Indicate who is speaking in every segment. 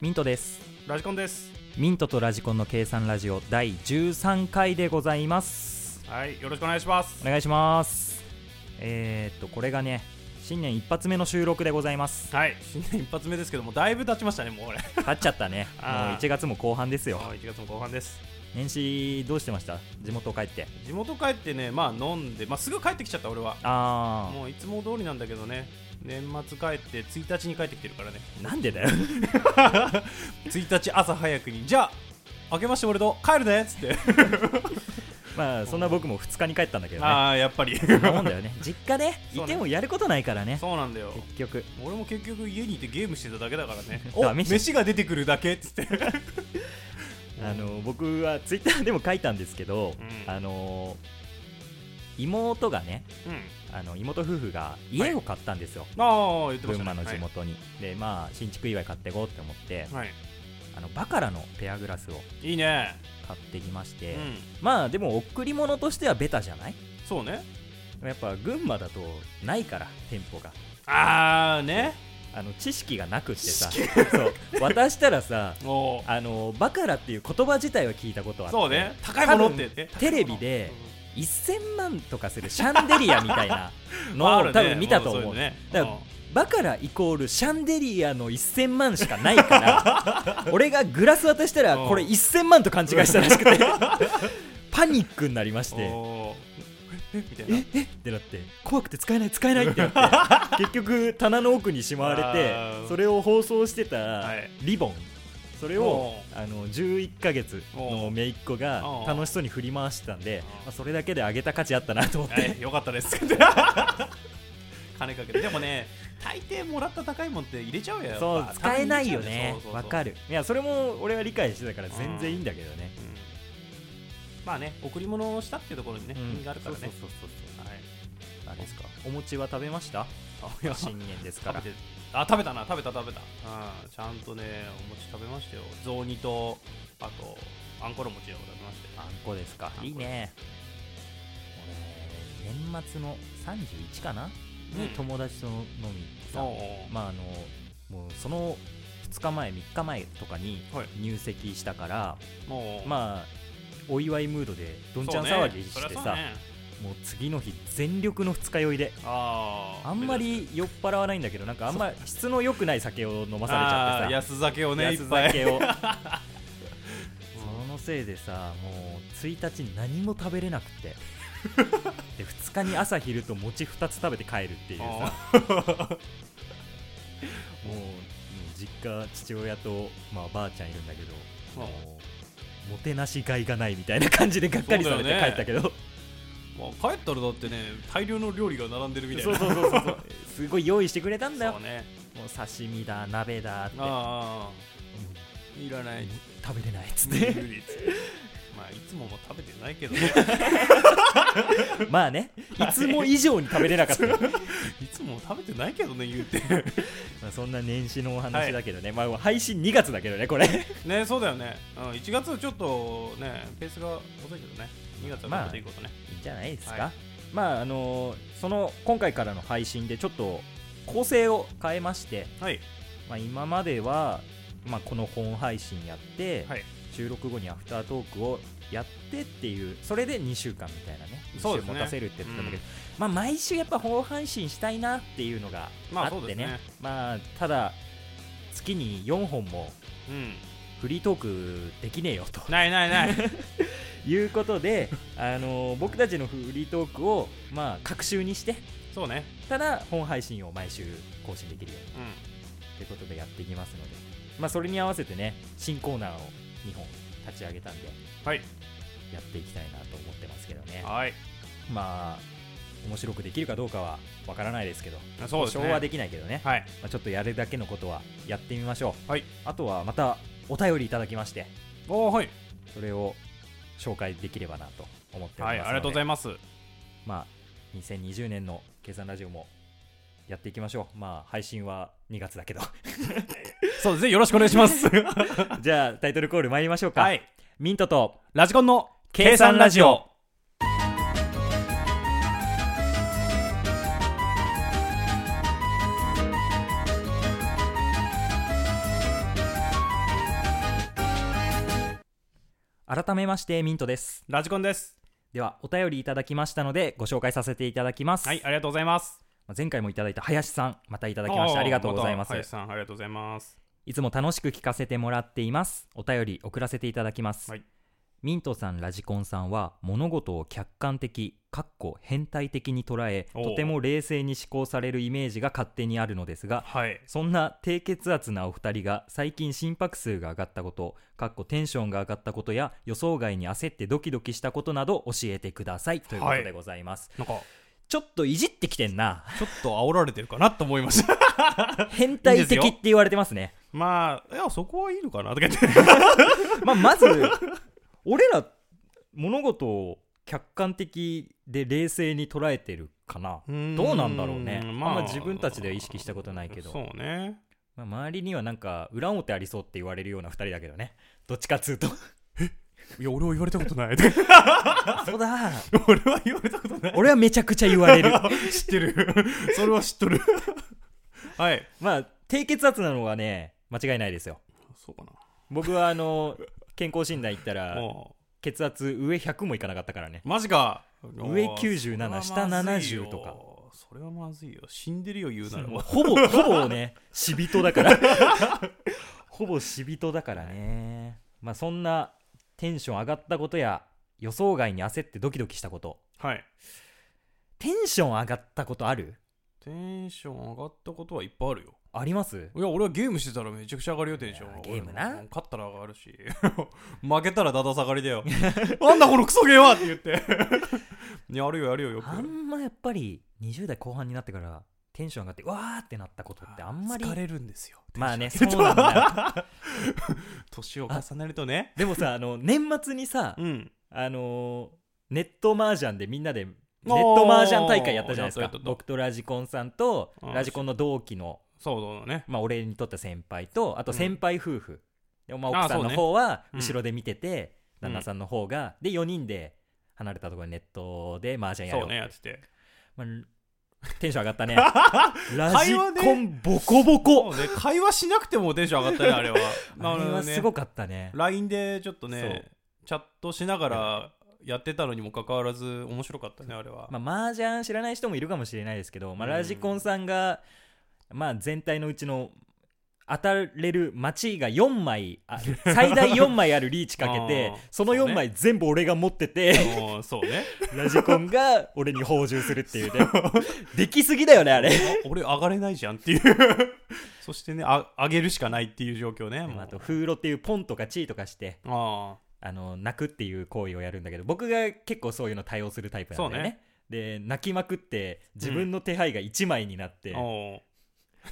Speaker 1: ミントです
Speaker 2: ラジコンです
Speaker 1: ミントとラジコンの計算ラジオ第13回でございます
Speaker 2: はいよろしくお願いします
Speaker 1: お願いしますえー、っとこれがね新年一発目の収録でございます
Speaker 2: はい新年一発目ですけどもだいぶ経ちましたねもう俺
Speaker 1: 勝っちゃったねもう
Speaker 2: あー
Speaker 1: 1月も後半ですよ
Speaker 2: あ1月も後半です
Speaker 1: 年始どうしてました地元帰って
Speaker 2: 地元帰ってねまあ飲んでまあすぐ帰ってきちゃった俺は
Speaker 1: あ
Speaker 2: もういつも通りなんだけどね年末帰って1日に帰ってきてるからね
Speaker 1: ー なんでだよ
Speaker 2: 1日朝早くにじゃあ明けまして俺と帰るねっつって
Speaker 1: まあそんな僕も2日に帰ったんだけどね
Speaker 2: ああやっぱり
Speaker 1: そんなもんだよね実家でいてもやることないからね
Speaker 2: そうなんだよ
Speaker 1: 結局
Speaker 2: 俺も結局家にいてゲームしてただけだからね
Speaker 1: ダ
Speaker 2: お
Speaker 1: メじゃん
Speaker 2: 飯が出てくるだけっつ って
Speaker 1: あの僕はツイッターでも書いたんですけど、
Speaker 2: うん
Speaker 1: あの妹がね
Speaker 2: うん
Speaker 1: あの妹夫婦が家を買ったんですよ、
Speaker 2: ああ言ってま
Speaker 1: 群
Speaker 2: したね
Speaker 1: 馬の地元に、でまあ新築祝い買っていこうって思って、
Speaker 2: はい、は
Speaker 1: あのバカラのペアグラスを
Speaker 2: い、いいね
Speaker 1: 買ってきまし
Speaker 2: う
Speaker 1: て、
Speaker 2: ん
Speaker 1: まあでも贈り物としてはベタじゃない
Speaker 2: そうね
Speaker 1: でもやっぱ群馬だとないから店舗が
Speaker 2: ああね
Speaker 1: あの知識がなくってさそう渡したらさ
Speaker 2: おー
Speaker 1: あのバカラっていう言葉自体は聞いたことあって
Speaker 2: そうね高いものってね
Speaker 1: テレビで1000万とかするシャンデリアみたいなの
Speaker 2: まああ
Speaker 1: を、
Speaker 2: るね
Speaker 1: 多分見たと思う
Speaker 2: もそういうのね
Speaker 1: だからバカライコールシャンデリアの1000万しかないから 俺がグラス渡したら
Speaker 2: うん
Speaker 1: これ1000万と勘違いしたらしくてパニックになりまし
Speaker 2: うん
Speaker 1: て
Speaker 2: おーえみたいな
Speaker 1: ってなって怖くて使えない使えないってな って結局棚の奥にしまわれ
Speaker 2: あ
Speaker 1: て
Speaker 2: ー
Speaker 1: それを放送してた
Speaker 2: はい
Speaker 1: リボンそれを
Speaker 2: お
Speaker 1: あの11ヶ月の姪っ子が
Speaker 2: おう
Speaker 1: 楽しそうに振り回してたんで
Speaker 2: おう
Speaker 1: まあそれだけであげた価値あったなと思っ
Speaker 2: は
Speaker 1: て
Speaker 2: いよかったです 金かけてでもね大抵もらった高いもんって入れちゃうよやっぱ
Speaker 1: そう使えないよね
Speaker 2: そうそうそう
Speaker 1: わかるいやそれも俺は理解してたから全然いいんだけどね
Speaker 2: うんまあね贈り物をしたっていうところにね
Speaker 1: うん
Speaker 2: 意味があるからね
Speaker 1: そうそうそう
Speaker 2: はい
Speaker 1: そうあれですかお餅は食べました
Speaker 2: いや
Speaker 1: 新年ですか
Speaker 2: 食べ
Speaker 1: ら
Speaker 2: てあ食べたな食べた食べた、うん、ちゃんとねお餅食べましたよ雑煮とあとあんころ餅を食べましたよ
Speaker 1: あんこですか
Speaker 2: あんこ
Speaker 1: いいね俺年末の31かなに
Speaker 2: うん
Speaker 1: 友達と飲みに行ってさ
Speaker 2: おうおう
Speaker 1: まああのもうその2日前3日前とかに
Speaker 2: はい
Speaker 1: 入籍したから
Speaker 2: もう
Speaker 1: まあお祝いムードでどんちゃん騒ぎして
Speaker 2: そうねそりゃそう
Speaker 1: さ
Speaker 2: ね
Speaker 1: もう次の日全力の二日酔いで
Speaker 2: あー
Speaker 1: あんまり酔っ払わないんだけどなんかあんま質の良くない酒を飲まされちゃって
Speaker 2: あー
Speaker 1: さ
Speaker 2: 安酒をねいっ
Speaker 1: 安
Speaker 2: ぱい
Speaker 1: 酒を そのせいでさもう1日に何も食べれなくてで2日に朝昼と餅2つ食べて帰るっていうさもうもう実家父親と、まあ、ばあちゃんいるんだけど
Speaker 2: うん
Speaker 1: もうもてなしがいがないみたいな感じでがっかりされて
Speaker 2: そうだよ
Speaker 1: 帰
Speaker 2: ね
Speaker 1: ったけど
Speaker 2: もう帰ったらだってね大量の料理が並んでるみたいな
Speaker 1: そうそうそうそうそうすごい用意してくれたんだよ
Speaker 2: そうね
Speaker 1: もう刺身だ鍋だって
Speaker 2: ああいら ない
Speaker 1: 食べれないっつっ
Speaker 2: 無理
Speaker 1: て
Speaker 2: 無理 まあいつもも食べてないけどね
Speaker 1: まあねいつも以上に食べれなかった ま
Speaker 2: いつも食べてないけどね言うて
Speaker 1: あそんな年始のお話だけどね、まあ配信2月だけどねこ れ
Speaker 2: ねそうだよね、うん、1月ちょっとねペースが遅いけどね2月は
Speaker 1: まあ
Speaker 2: またいいことね、
Speaker 1: いいんじゃないですか、
Speaker 2: はい
Speaker 1: まああのーその今回からの配信でちょっと構成を変えまして、
Speaker 2: はい
Speaker 1: まあ、今までは、まあ、この本配信やって、
Speaker 2: はい
Speaker 1: 収録後にアフタートークをやってっていうそれで2週間みたいなね
Speaker 2: そ
Speaker 1: 2
Speaker 2: うで
Speaker 1: 週
Speaker 2: すね
Speaker 1: 持たせるって言ってたんだけど、まあ、毎週やっぱ本配信したいなっていうのが
Speaker 2: ま
Speaker 1: あ
Speaker 2: あ
Speaker 1: っ
Speaker 2: そう
Speaker 1: て
Speaker 2: です
Speaker 1: ね,、まあ
Speaker 2: ね
Speaker 1: ただ月に4本も
Speaker 2: うん
Speaker 1: フリートークできねえよと
Speaker 2: ないないない
Speaker 1: いうことで、あのー僕たちのフリートークをまあ各週にして
Speaker 2: そうね
Speaker 1: ただ本配信を毎週更新できるように
Speaker 2: うん
Speaker 1: ということでやっていきますので、まあ、それに合わせてね新コーナーを2本立ち上げたんで
Speaker 2: はい
Speaker 1: やっていきたいなと思ってますけどね
Speaker 2: はい
Speaker 1: まあ面白くできるかどうかはわからないですけど
Speaker 2: そうですね
Speaker 1: 保証はできないけどね、
Speaker 2: はい
Speaker 1: まあ、ちょっとやるだけのことはやってみましょう、
Speaker 2: はい
Speaker 1: あとはまたお便りいただきまして
Speaker 2: おーはい
Speaker 1: それを紹介できればなと思っておりますの
Speaker 2: は
Speaker 1: で、
Speaker 2: いありがとうござい
Speaker 1: ま
Speaker 2: ます
Speaker 1: す、まあ、2020年の計算ラジオもやっていきましょうまあ配信は2月 だけど
Speaker 2: そうですねよろしくお願いします
Speaker 1: じゃあタイトルコール参りましょうか、
Speaker 2: はい
Speaker 1: ミントと
Speaker 2: ラジコンの
Speaker 1: 計
Speaker 2: 計
Speaker 1: 算
Speaker 2: 算
Speaker 1: ラ
Speaker 2: ラ
Speaker 1: ジ
Speaker 2: ジ
Speaker 1: オ
Speaker 2: オ
Speaker 1: 改めましてミントです
Speaker 2: ラジコンです
Speaker 1: ではお便りいただきましたのでご紹介させていただきます、
Speaker 2: はいありがとうございます
Speaker 1: まあ前回もいただいた林さんまたいた
Speaker 2: い
Speaker 1: だきましてありがとうございます、
Speaker 2: 林さんありがとうございます
Speaker 1: いつも楽しく聞かせてもらっています。お便り送らせていただきます。
Speaker 2: はい
Speaker 1: ミントさん、ラジコンさんは物事を客観的、かっこ変態的に捉え、
Speaker 2: おう
Speaker 1: とても冷静に思考されるイメージが勝手にあるのですが、
Speaker 2: はい
Speaker 1: そんな低血圧なお二人が最近心拍数が上がったこと、かっこテンションが上がったことや予想外に焦ってドキドキしたことなど教えてくださいということでございます。
Speaker 2: なんか
Speaker 1: ちょっといじってきてん な。
Speaker 2: ちょっと煽られてるかなと思いました
Speaker 1: 変
Speaker 2: いい
Speaker 1: 態
Speaker 2: です
Speaker 1: 的
Speaker 2: よ
Speaker 1: って言われてますね。
Speaker 2: まあいやそこはいいのかなとか言って
Speaker 1: まあ、まず俺ら物事を客観的で冷静に捉えてるかな どうなんだろうねあんま自分たちでは意識したことないけど
Speaker 2: そうね
Speaker 1: まあ、周りにはなんか裏表ありそうって言われるような2人だけどねどっちかっつうと
Speaker 2: いや俺は言われたことない
Speaker 1: そうだ
Speaker 2: 俺は言われたことない
Speaker 1: 俺はめちゃくちゃ言われる
Speaker 2: 知ってる それは知っとるはい
Speaker 1: まあ低血圧なのはね間違いないですよ
Speaker 2: そうか
Speaker 1: 僕はあの健康診断行った
Speaker 2: な
Speaker 1: ら
Speaker 2: も
Speaker 1: 血圧上100もいかなかったからね
Speaker 2: うマジか
Speaker 1: 上97下70とか
Speaker 2: それはまずいよ死んでるよ言うなら
Speaker 1: もう
Speaker 2: ば
Speaker 1: ほぼほぼね死人だから ほぼ死人だからねまあそんなテンション上がったことや予想外に焦ってドキドキしたこと
Speaker 2: はい
Speaker 1: テンション上がったことある
Speaker 2: テンション上がったことはいっぱいあるよ
Speaker 1: あります
Speaker 2: いや俺はゲームしてたらめちゃくちゃ上がるよテンション
Speaker 1: いやゲームな
Speaker 2: 俺も勝ったら上がるし 負けたらだだ下がりだよ なんだこのクソゲーはって言って いやあるよやるよよく
Speaker 1: あんまやっぱり20代後半になってからテンション上がってわーってなったことってあんまり
Speaker 2: 疲れるんですよ
Speaker 1: ま あねそうなんだ
Speaker 2: 年を重ねるとね
Speaker 1: でもさあの年末にさ
Speaker 2: うん
Speaker 1: あのーネット麻雀でみんなでネット麻雀大会やったじゃないです
Speaker 2: やっ
Speaker 1: か
Speaker 2: たやった
Speaker 1: 僕とラジコンさんと
Speaker 2: うん
Speaker 1: ラジコンの同期の
Speaker 2: そうそうね
Speaker 1: まあ、俺にとっては先輩とあと
Speaker 2: うん
Speaker 1: 先輩夫婦、でまあ、
Speaker 2: あ
Speaker 1: 奥さん
Speaker 2: そう
Speaker 1: の
Speaker 2: ね
Speaker 1: 方は
Speaker 2: うん
Speaker 1: 後ろで見てて、
Speaker 2: うん
Speaker 1: 旦那さんの方がで4人で離れたところにネットで麻雀や
Speaker 2: そ
Speaker 1: ろ
Speaker 2: う
Speaker 1: う
Speaker 2: ねやってて
Speaker 1: まあ、テンション上がったねラジ
Speaker 2: 会話ね
Speaker 1: コンボコボ
Speaker 2: そ
Speaker 1: コ、
Speaker 2: うね会話しなくてもテンション上がったねあれ は
Speaker 1: あれはすご
Speaker 2: く
Speaker 1: かったね
Speaker 2: LINE でちょっとね
Speaker 1: そ
Speaker 2: チャットしながらやってたのにもかかわらず面白かったねあれは、
Speaker 1: まあ、麻雀知らない人もいるかもしれないですけど、まあ、
Speaker 2: うん
Speaker 1: ラジコンさんが、まあ、全体のうちの当たれる街が4枚あ 最大4枚あるリーチかけて
Speaker 2: あー
Speaker 1: その
Speaker 2: そうね
Speaker 1: 4枚全部俺が持ってて、
Speaker 2: うんそうね
Speaker 1: ラジコンが俺に報酬するっていうねできすぎだよねあれ
Speaker 2: あ俺上がれないじゃんっていう そしてねあ上げるしかないっていう状況ねもう
Speaker 1: あと風呂っていうポンとかチーとかして
Speaker 2: あ
Speaker 1: あの泣くっていう行為をやるんだけど僕が結構そういうの対応するタイプなんだよねで泣きまくって自分の手配が1枚になって、
Speaker 2: あおう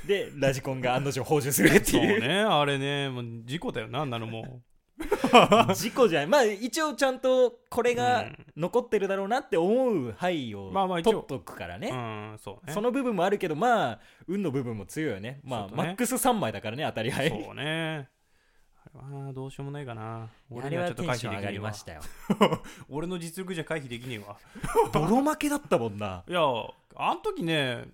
Speaker 1: でラジコンが案の定報酬するって
Speaker 2: そう
Speaker 1: いう
Speaker 2: ねあれねもう事故だよなあんなのもう
Speaker 1: 事故じゃないまあ一応ちゃんとこれ
Speaker 2: う
Speaker 1: が
Speaker 2: ん
Speaker 1: 残ってるだろうなって思う範囲を
Speaker 2: まあまあ一応
Speaker 1: 取っとくからね、
Speaker 2: うんそうね
Speaker 1: その部分もあるけどまあ運の部分も強いよねまあ
Speaker 2: そうだね
Speaker 1: マックス3枚だからね当たり合い
Speaker 2: そうねあれはどうしようもないかない
Speaker 1: やあ
Speaker 2: に
Speaker 1: れ
Speaker 2: は
Speaker 1: はテンション上がり
Speaker 2: わ
Speaker 1: ましたよ
Speaker 2: 俺の実力じゃ回避できねえわ
Speaker 1: 泥負けだったもんない
Speaker 2: やあの時ね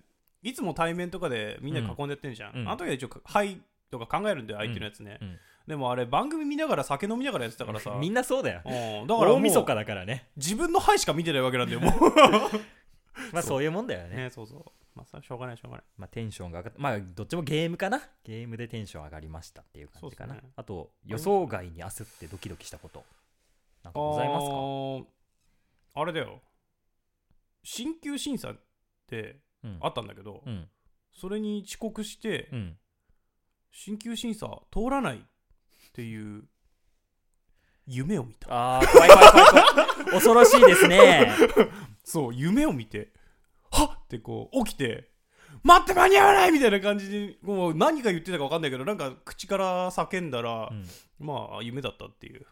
Speaker 2: いつも対面とかでみんなで囲んでやってんじゃん、
Speaker 1: うん
Speaker 2: あの時は一応「はい」とか考えるんだよ相手のやつね、
Speaker 1: うんうん
Speaker 2: でもあれ番組見ながら酒飲みながらやってたからさ
Speaker 1: みんなそうだよ
Speaker 2: うんだからも
Speaker 1: 大
Speaker 2: う
Speaker 1: 晦日だからね
Speaker 2: 自分の「はい」しか見てないわけなんだよも
Speaker 1: まあそういうもんだよ
Speaker 2: う
Speaker 1: ね
Speaker 2: ねそうそうまあそれはしょうがないしょうがない
Speaker 1: まあテンションが上がったまあどっちもゲームかなゲームでテンション上がりましたっていう感じかな、
Speaker 2: そうっすね
Speaker 1: あと予想外に焦ってドキドキしたことなんかございますか
Speaker 2: あーあれだよ進級審査って
Speaker 1: うん
Speaker 2: あったんだけど、
Speaker 1: うん
Speaker 2: それに遅刻して
Speaker 1: うん
Speaker 2: 進級審査通らないっていう夢を見た
Speaker 1: ああ怖い怖い怖い 怖い恐ろしいです ね
Speaker 2: そう夢を見てはっってこう起きて待って間に合わないみたいな感じでもう何か言ってたか分かんないけどなんか口から叫んだら、
Speaker 1: うん
Speaker 2: まあ夢だったっていう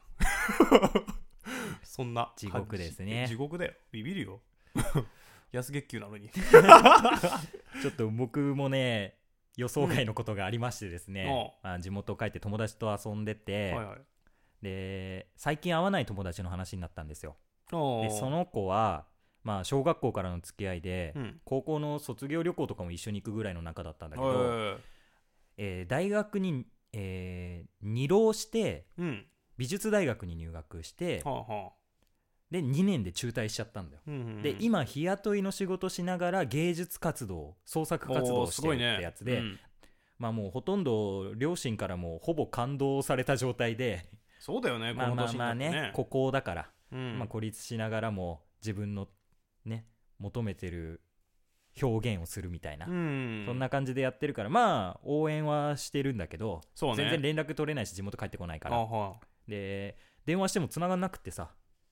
Speaker 2: そんな感じ
Speaker 1: 地獄ですね
Speaker 2: 地獄だよビビるよ 安月給なのに、
Speaker 1: ちょっと僕もね予想外のことがありましてですね、まあ、地元帰って友達と遊んでて、
Speaker 2: はいはい
Speaker 1: で最近会わない友達の話になったんですよで
Speaker 2: で
Speaker 1: そ、の子は、まあ、小学校からの付き合いで、
Speaker 2: うん、
Speaker 1: 高校の卒業旅行とかも一緒に行くぐらいの仲だったんだけど、
Speaker 2: はいはいはい
Speaker 1: えー大学に、えー二浪して
Speaker 2: うん
Speaker 1: 美術大学に入学して
Speaker 2: はあはあ
Speaker 1: で2年で中退しちゃったんだよ
Speaker 2: うんうんうん
Speaker 1: で今日雇いの仕事しながら芸術活動創作活動
Speaker 2: お
Speaker 1: を
Speaker 2: ーす
Speaker 1: してる
Speaker 2: ご
Speaker 1: っ
Speaker 2: いね
Speaker 1: てやつで、
Speaker 2: うん
Speaker 1: まあもうほとんど両親からもほぼ感動された状態で
Speaker 2: そうだよね、
Speaker 1: まあ
Speaker 2: この
Speaker 1: まあ
Speaker 2: 年に
Speaker 1: ま
Speaker 2: な
Speaker 1: あ
Speaker 2: って
Speaker 1: ね孤高だから、
Speaker 2: うん
Speaker 1: まあ、孤立しながらも自分のね求めてる表現をするみたいな、
Speaker 2: うん、
Speaker 1: そんな感じでやってるからまあ応援はしてるんだけど、
Speaker 2: そうね
Speaker 1: 全然連絡取れないし地元帰ってこないか
Speaker 2: あ
Speaker 1: ら
Speaker 2: はあ
Speaker 1: で電話しても繋がんなくってさ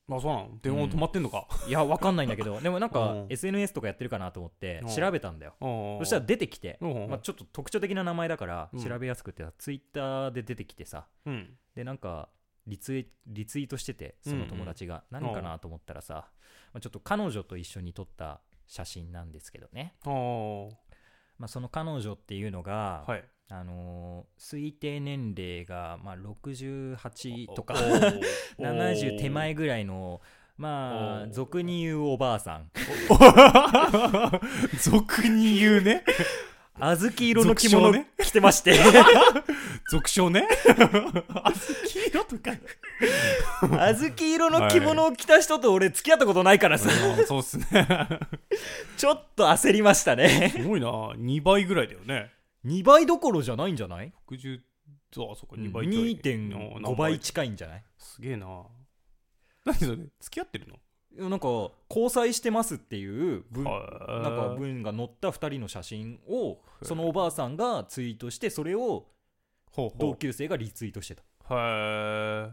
Speaker 2: まあそうなの電話止まってんのか、
Speaker 1: いやわかんないんだけ どでもなん
Speaker 2: う
Speaker 1: か
Speaker 2: ん
Speaker 1: SNS とかやってるかなと思って
Speaker 2: うん
Speaker 1: 調べたんだよ
Speaker 2: うん
Speaker 1: そしたら出てきて、
Speaker 2: うん
Speaker 1: まあ、ちょっと特徴的な名前だから
Speaker 2: うん
Speaker 1: 調べやすくてさ、ツイッターで出てきてさ
Speaker 2: うん
Speaker 1: でなんかリツイリツイートしててその友達が、何かなと思ったらさ、まあ、ちょっと彼女と一緒に撮った写真なんですけどね、
Speaker 2: ああは
Speaker 1: まあ、その彼女っていうのが、
Speaker 2: い
Speaker 1: あのー推定年齢がまあ68とか
Speaker 2: おー
Speaker 1: 70手前ぐらいのまあ
Speaker 2: おー
Speaker 1: 俗に言うおばあさん
Speaker 2: 俗に言うね
Speaker 1: 小豆色の着
Speaker 2: 俗称
Speaker 1: 物
Speaker 2: ね
Speaker 1: 着てまして、
Speaker 2: 俗称ねあ黄色とか
Speaker 1: 小豆色の着物を着た人と俺付き合ったことないからさ、
Speaker 2: うんそうっすね
Speaker 1: ちょっと焦りましたね
Speaker 2: すごいな2倍ぐらいだよね
Speaker 1: 2倍どころじゃないんじゃない
Speaker 2: 60そうあそっか2倍ちょい
Speaker 1: 2.5倍近いんじゃない
Speaker 2: すげえな何それ付き合ってるの
Speaker 1: なんか交際してますっていう文なん
Speaker 2: な
Speaker 1: か文が載った2人の写真をそのおばあさんがツイートしてそれを
Speaker 2: ほうほ
Speaker 1: 同
Speaker 2: う
Speaker 1: 級生がリツイートしてた
Speaker 2: へえ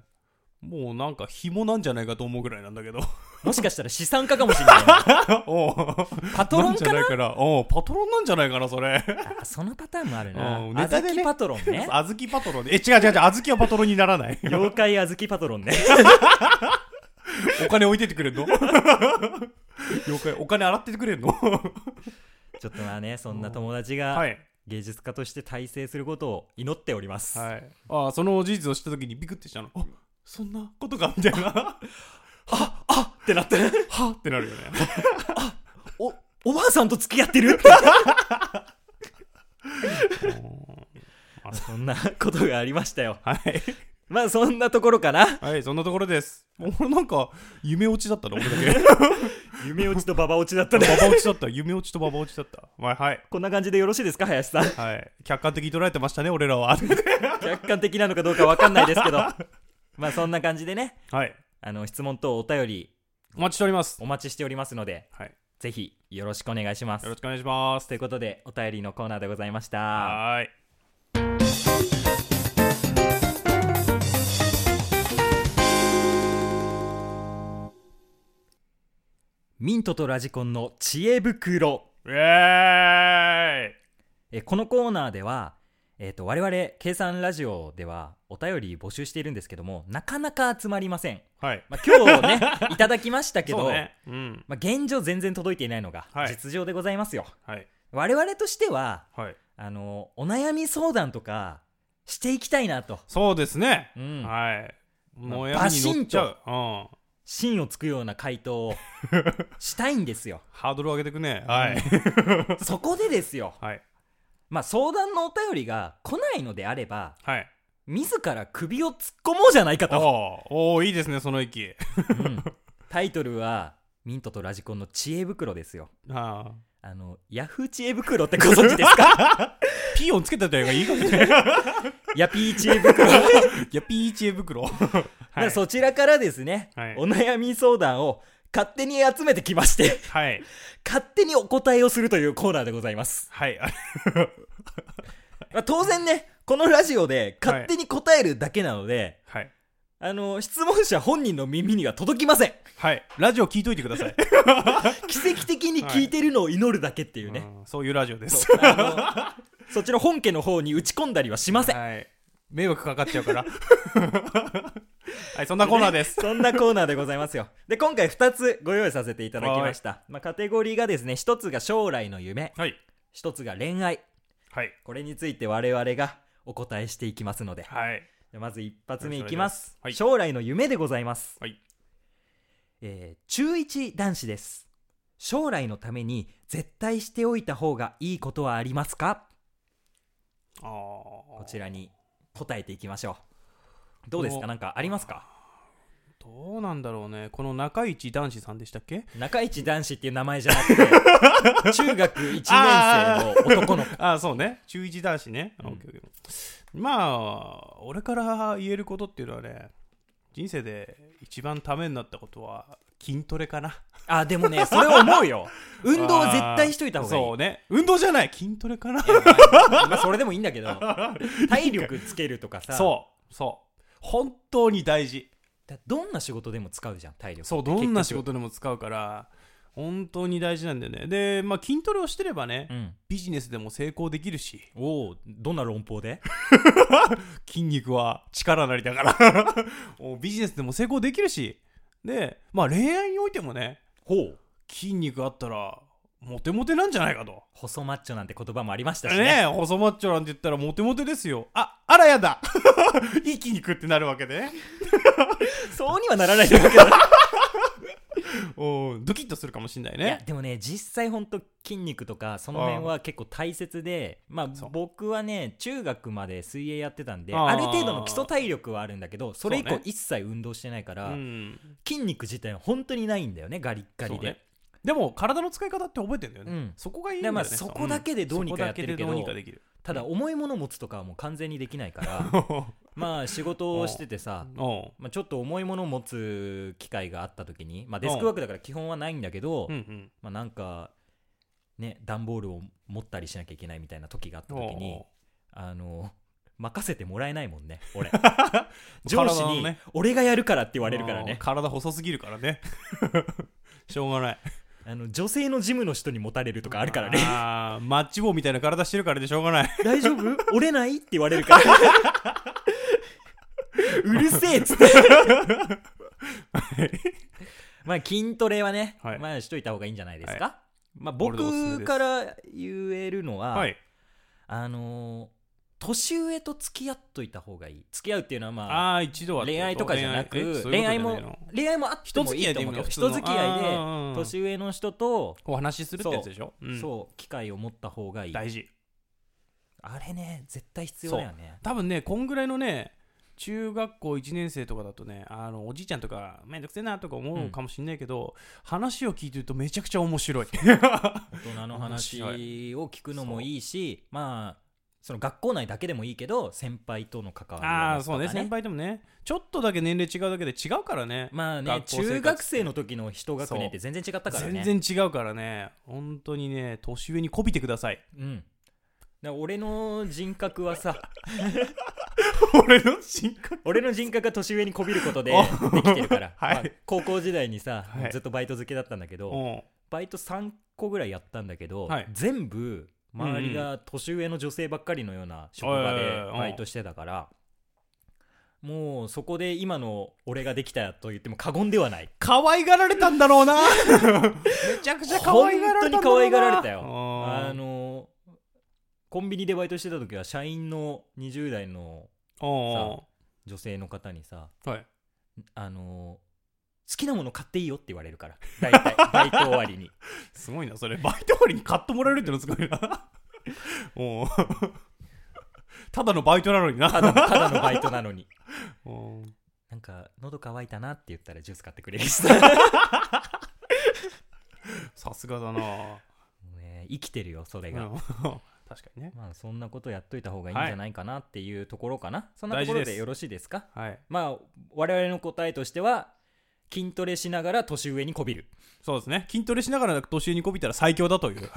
Speaker 2: もうなんか紐なんじゃないかと思うぐらいなんだけ ど
Speaker 1: もしかしたら資産家かもしれ ない
Speaker 2: おう
Speaker 1: パトロン
Speaker 2: んじ
Speaker 1: か
Speaker 2: ゃ
Speaker 1: な
Speaker 2: ないからおうパトロンなんじゃないかなそれ
Speaker 1: あそのパターンもあるな
Speaker 2: うん
Speaker 1: あ
Speaker 2: ネ
Speaker 1: ず
Speaker 2: タで
Speaker 1: き
Speaker 2: ね
Speaker 1: パトロン ね
Speaker 2: あずきパトロンでえ違う違う違うあずきはパトロンにならない
Speaker 1: 妖怪あずきパトロ ンね
Speaker 2: お金置いてってくれ んの了解お金洗っててくれんの
Speaker 1: ちょっとまあねそんな友達が
Speaker 2: はい
Speaker 1: 芸術家として大成することを祈っております、
Speaker 2: はいああその事実を知った時にビクってしたのあそんなことかみたいな は
Speaker 1: ってなって
Speaker 2: あってなるよね
Speaker 1: おおばあさんと付き合ってるっ てまあそんなことがありましたよ
Speaker 2: はい
Speaker 1: まあそんなところかな
Speaker 2: はいそんなところです俺なんか夢落ちだったな俺だ け
Speaker 1: 夢落ちとババ落ちだったね
Speaker 2: ババ落ちだった夢落ちとババ落ちだったまあはい
Speaker 1: こんな感じでよろしいですか林さん
Speaker 2: はい客観的に捉えてましたね俺らは
Speaker 1: 客観的なのかどうかわかんないですけ どまあそんな感じでね
Speaker 2: はい
Speaker 1: あの質問等お便り
Speaker 2: お待ちしております
Speaker 1: お待ちしておりますので
Speaker 2: はい
Speaker 1: ぜひよろしくお願いします
Speaker 2: よろしくお願いします
Speaker 1: ということでお便りのコーナーでございました
Speaker 2: はーい
Speaker 1: ミントとラジコンの知恵袋
Speaker 2: ウェーイ
Speaker 1: えーこのコーナーでは、えー、と我々計算ラジオではお便り募集しているんですけどもなかなか集まりません、
Speaker 2: はい
Speaker 1: まあ、今 日ねいただきましたけ
Speaker 2: そ
Speaker 1: ど、
Speaker 2: うねうん
Speaker 1: まあ、現状全然届いていないのが
Speaker 2: はい
Speaker 1: 実情でございますよ、
Speaker 2: はい
Speaker 1: 我々としては
Speaker 2: はい
Speaker 1: あのお悩み相談とかしていきたいなと、
Speaker 2: そうですね
Speaker 1: うん
Speaker 2: はいもう
Speaker 1: まあ
Speaker 2: 闇に乗っちゃううん
Speaker 1: 芯をつくような回答 をしたいんですよ
Speaker 2: ハードル上げてくねはい
Speaker 1: そこでですよ、
Speaker 2: はい
Speaker 1: まあ、相談のお便りが来ないのであれば
Speaker 2: はい
Speaker 1: 自ら首を突っ込もうじゃないかと
Speaker 2: おーおーいいですねその 息
Speaker 1: うんタイトルは「ミントとラジコンの知恵袋」ですよ。
Speaker 2: ああ
Speaker 1: あのヤフー知恵袋ってご存知です か
Speaker 2: ピー音つけたというがいいかもしれない
Speaker 1: ヤピー知恵 袋、
Speaker 2: いやピー知恵 袋は
Speaker 1: はいそちらからですね、
Speaker 2: はい
Speaker 1: お悩み相談を勝手に集めてきま して
Speaker 2: はい
Speaker 1: 勝手にお答えをするというコーナーでございます、
Speaker 2: はいあ
Speaker 1: まあ、当然ねこのラジオで勝手に答えるだけなので、
Speaker 2: はい
Speaker 1: あの質問者本人の耳には届きま せん
Speaker 2: はいラジオ聞いといてください
Speaker 1: 奇跡的に聞いてるのを祈るだけっていうね、
Speaker 2: うんそういうラジ オです
Speaker 1: あのそっちの本家の方に打ち込んだりはしません
Speaker 2: はい迷惑かかっちゃうから はいそんなコーナーです
Speaker 1: そんなコーナーでございますよ。で、今回2つご用意させていただきました。まあ、カテゴリーがですね、1つが将来の夢、
Speaker 2: はい
Speaker 1: 1つが恋愛。
Speaker 2: はい
Speaker 1: これについて我々がお答えしていきますので。
Speaker 2: はい
Speaker 1: でまず1発目いきます
Speaker 2: よろしく
Speaker 1: 将来の夢でございます。
Speaker 2: はい
Speaker 1: えー中1男子です。将来のために絶対しておいた方がいいことはありますか
Speaker 2: あこ
Speaker 1: こちらに答えていきましょう。どうですかなんかありますか
Speaker 2: どうなんだろうねこの中市男子さんでしたっけ
Speaker 1: 中市男子っていう名前じゃなく て中学1年生の男の子
Speaker 2: ああそうね中1男子ね、オッケーオッケーまあ俺から言えることっていうのはね人生で一番ためになったことは筋トレかな
Speaker 1: あでもねそれ思うよ運動は絶対しといた方がいい
Speaker 2: そうね運動じゃない筋トレかない
Speaker 1: やまあまあそれでもいいんだけ ど体力つけるとかさ
Speaker 2: そうそう本当に大事
Speaker 1: だどんな仕事でも使うじゃん体力
Speaker 2: そうどんな仕事でも使うから本当に大事なんだよねで、まあ、筋トレをしてればね、
Speaker 1: うん
Speaker 2: ビジネスでも成功できるし
Speaker 1: おおどんな論法で
Speaker 2: 筋肉は力なりだから もうビジネスでも成功できるしで、まあ、恋愛においてもね
Speaker 1: ほう
Speaker 2: 筋肉あったらモテモテなんじゃないかと
Speaker 1: 細マッチョなんて言葉もありましたしね
Speaker 2: ねえ細マッチョなんて言ったらモテモテですよああらやだ いい筋肉ってなるわけでね
Speaker 1: そうにはならないんだけ ど、
Speaker 2: おうドキッとするかもしんない
Speaker 1: いや
Speaker 2: ね
Speaker 1: でもね実際ほんと筋肉とかその辺は結構大切でまあ
Speaker 2: そう
Speaker 1: 僕はね中学まで水泳やってたんで
Speaker 2: あー
Speaker 1: ある程度の基礎体力はあるんだけどそれ以
Speaker 2: そ
Speaker 1: 降
Speaker 2: うね
Speaker 1: 一切運動してないか
Speaker 2: う
Speaker 1: ら、
Speaker 2: ん
Speaker 1: 筋肉自体は本当にないんだよねガリッガリ
Speaker 2: そう
Speaker 1: で、
Speaker 2: ねでも体の使い方って覚えてんだよね、
Speaker 1: うん
Speaker 2: そこがいいん
Speaker 1: で
Speaker 2: だよ
Speaker 1: ま
Speaker 2: ね
Speaker 1: あそこだけでどうにかやってるけど
Speaker 2: そこだけでどうにかできる
Speaker 1: ただ重いもの持つとかはもう完全にできないから まあ仕事をしててさ
Speaker 2: おう
Speaker 1: まあ、ちょっと重いものを持つ機会があった時に、まあ、デスクワークだから基本はないんだけど、
Speaker 2: うんうん
Speaker 1: まあ、なんかね段ボールを持ったりしなきゃいけないみたいな時があった時に
Speaker 2: お
Speaker 1: あの任せてもらえないもんね俺
Speaker 2: う
Speaker 1: 上司
Speaker 2: 体の
Speaker 1: に
Speaker 2: ね
Speaker 1: 「俺がやるから」って言われるから
Speaker 2: うん
Speaker 1: ね
Speaker 2: 体細すぎるからね しょうがない
Speaker 1: あの女性のジムの人に持たれるとかあるからね
Speaker 2: あーマッチ棒みたいな体してるからでしょうがない
Speaker 1: 「大丈夫折れない?」って言われるから うるせえっつって まあ筋トレはね、
Speaker 2: はい
Speaker 1: まあしといた方がいいんじゃないですか、まあ、
Speaker 2: 俺のおすすめで
Speaker 1: 僕
Speaker 2: す
Speaker 1: から言えるのは、
Speaker 2: はい
Speaker 1: あのー年上と付き合っといた方がいい付き合うっていうのはまあ
Speaker 2: ああ一度は
Speaker 1: 恋愛とかじゃな
Speaker 2: 恋愛え
Speaker 1: く
Speaker 2: そういう
Speaker 1: 恋愛
Speaker 2: ことじゃないの
Speaker 1: も恋愛もあって
Speaker 2: 人
Speaker 1: も
Speaker 2: 付
Speaker 1: い
Speaker 2: き合
Speaker 1: い
Speaker 2: い
Speaker 1: と
Speaker 2: でいい
Speaker 1: 思うけ
Speaker 2: の
Speaker 1: ど人付き合いで
Speaker 2: 年
Speaker 1: 年上の人と、
Speaker 2: お話しするってやつでしょうん
Speaker 1: そう機会を持った方がいい
Speaker 2: 大事
Speaker 1: あれね絶対必要だよね
Speaker 2: 多分ねこんぐらいのね中学校1年生とかだとねあのおじいちゃんとかめんどくせえなとか思うかもしんないけど、話を聞いてるとめちゃくちゃ面白い
Speaker 1: 大人の話
Speaker 2: 面白
Speaker 1: を聞くのもいいしまあその学校内だけでもいいけど先輩との関わりを
Speaker 2: あ
Speaker 1: 持
Speaker 2: あ
Speaker 1: つとか
Speaker 2: そうね先輩でもねちょっとだけ年齢違うだけで違うからね
Speaker 1: まあね
Speaker 2: 学校生活
Speaker 1: 中学生の時の一学年って全然違ったからね
Speaker 2: 全然違うからね本当にね年上にこびてください
Speaker 1: うんだから俺の人格は さ
Speaker 2: 俺の人格
Speaker 1: 俺の人格が年上にこびることで
Speaker 2: お
Speaker 1: できてるから、
Speaker 2: はい
Speaker 1: まあ高校時代にさ、
Speaker 2: はい
Speaker 1: ずっとバイト漬けだったんだけど
Speaker 2: お
Speaker 1: バイト3個ぐらいやったんだけど、
Speaker 2: はい
Speaker 1: 全部周りが年上の女性ばっかりのような職場
Speaker 2: はい
Speaker 1: で
Speaker 2: はいはい
Speaker 1: バイトしてたから、もうそこで今の俺ができたと言っても過言ではない
Speaker 2: 可愛がられたんだろう なめちゃくちゃ可愛がられたんだろう
Speaker 1: 本当に
Speaker 2: な
Speaker 1: 可愛がられたよ
Speaker 2: あ
Speaker 1: あのコンビニでバイトしてた時は社員の20代の
Speaker 2: の
Speaker 1: 女性の方にさ
Speaker 2: はい
Speaker 1: あの好きなもの買っていいよって言われるから大 体バイト終わりに
Speaker 2: すごいなそれバイト終わりに買ってもらえるってのすごいなおうただのバイトなのに
Speaker 1: ただ
Speaker 2: な
Speaker 1: のただのバイトなのに
Speaker 2: おう
Speaker 1: なんか喉乾いたなって言ったらジュース買ってくれるし さ
Speaker 2: さすがだな
Speaker 1: ね生きてるよそれ
Speaker 2: う
Speaker 1: が、
Speaker 2: ん確かにね
Speaker 1: まあそんなことやっといた方がいいんじゃないかなっていうところかな、そんな
Speaker 2: 大
Speaker 1: とこ
Speaker 2: 事です
Speaker 1: ろでよろしいですか
Speaker 2: はい
Speaker 1: まあ我々の答えとしては筋トレしながら年上にこびる
Speaker 2: そうですね筋トレしながら年上にこびたら最強だという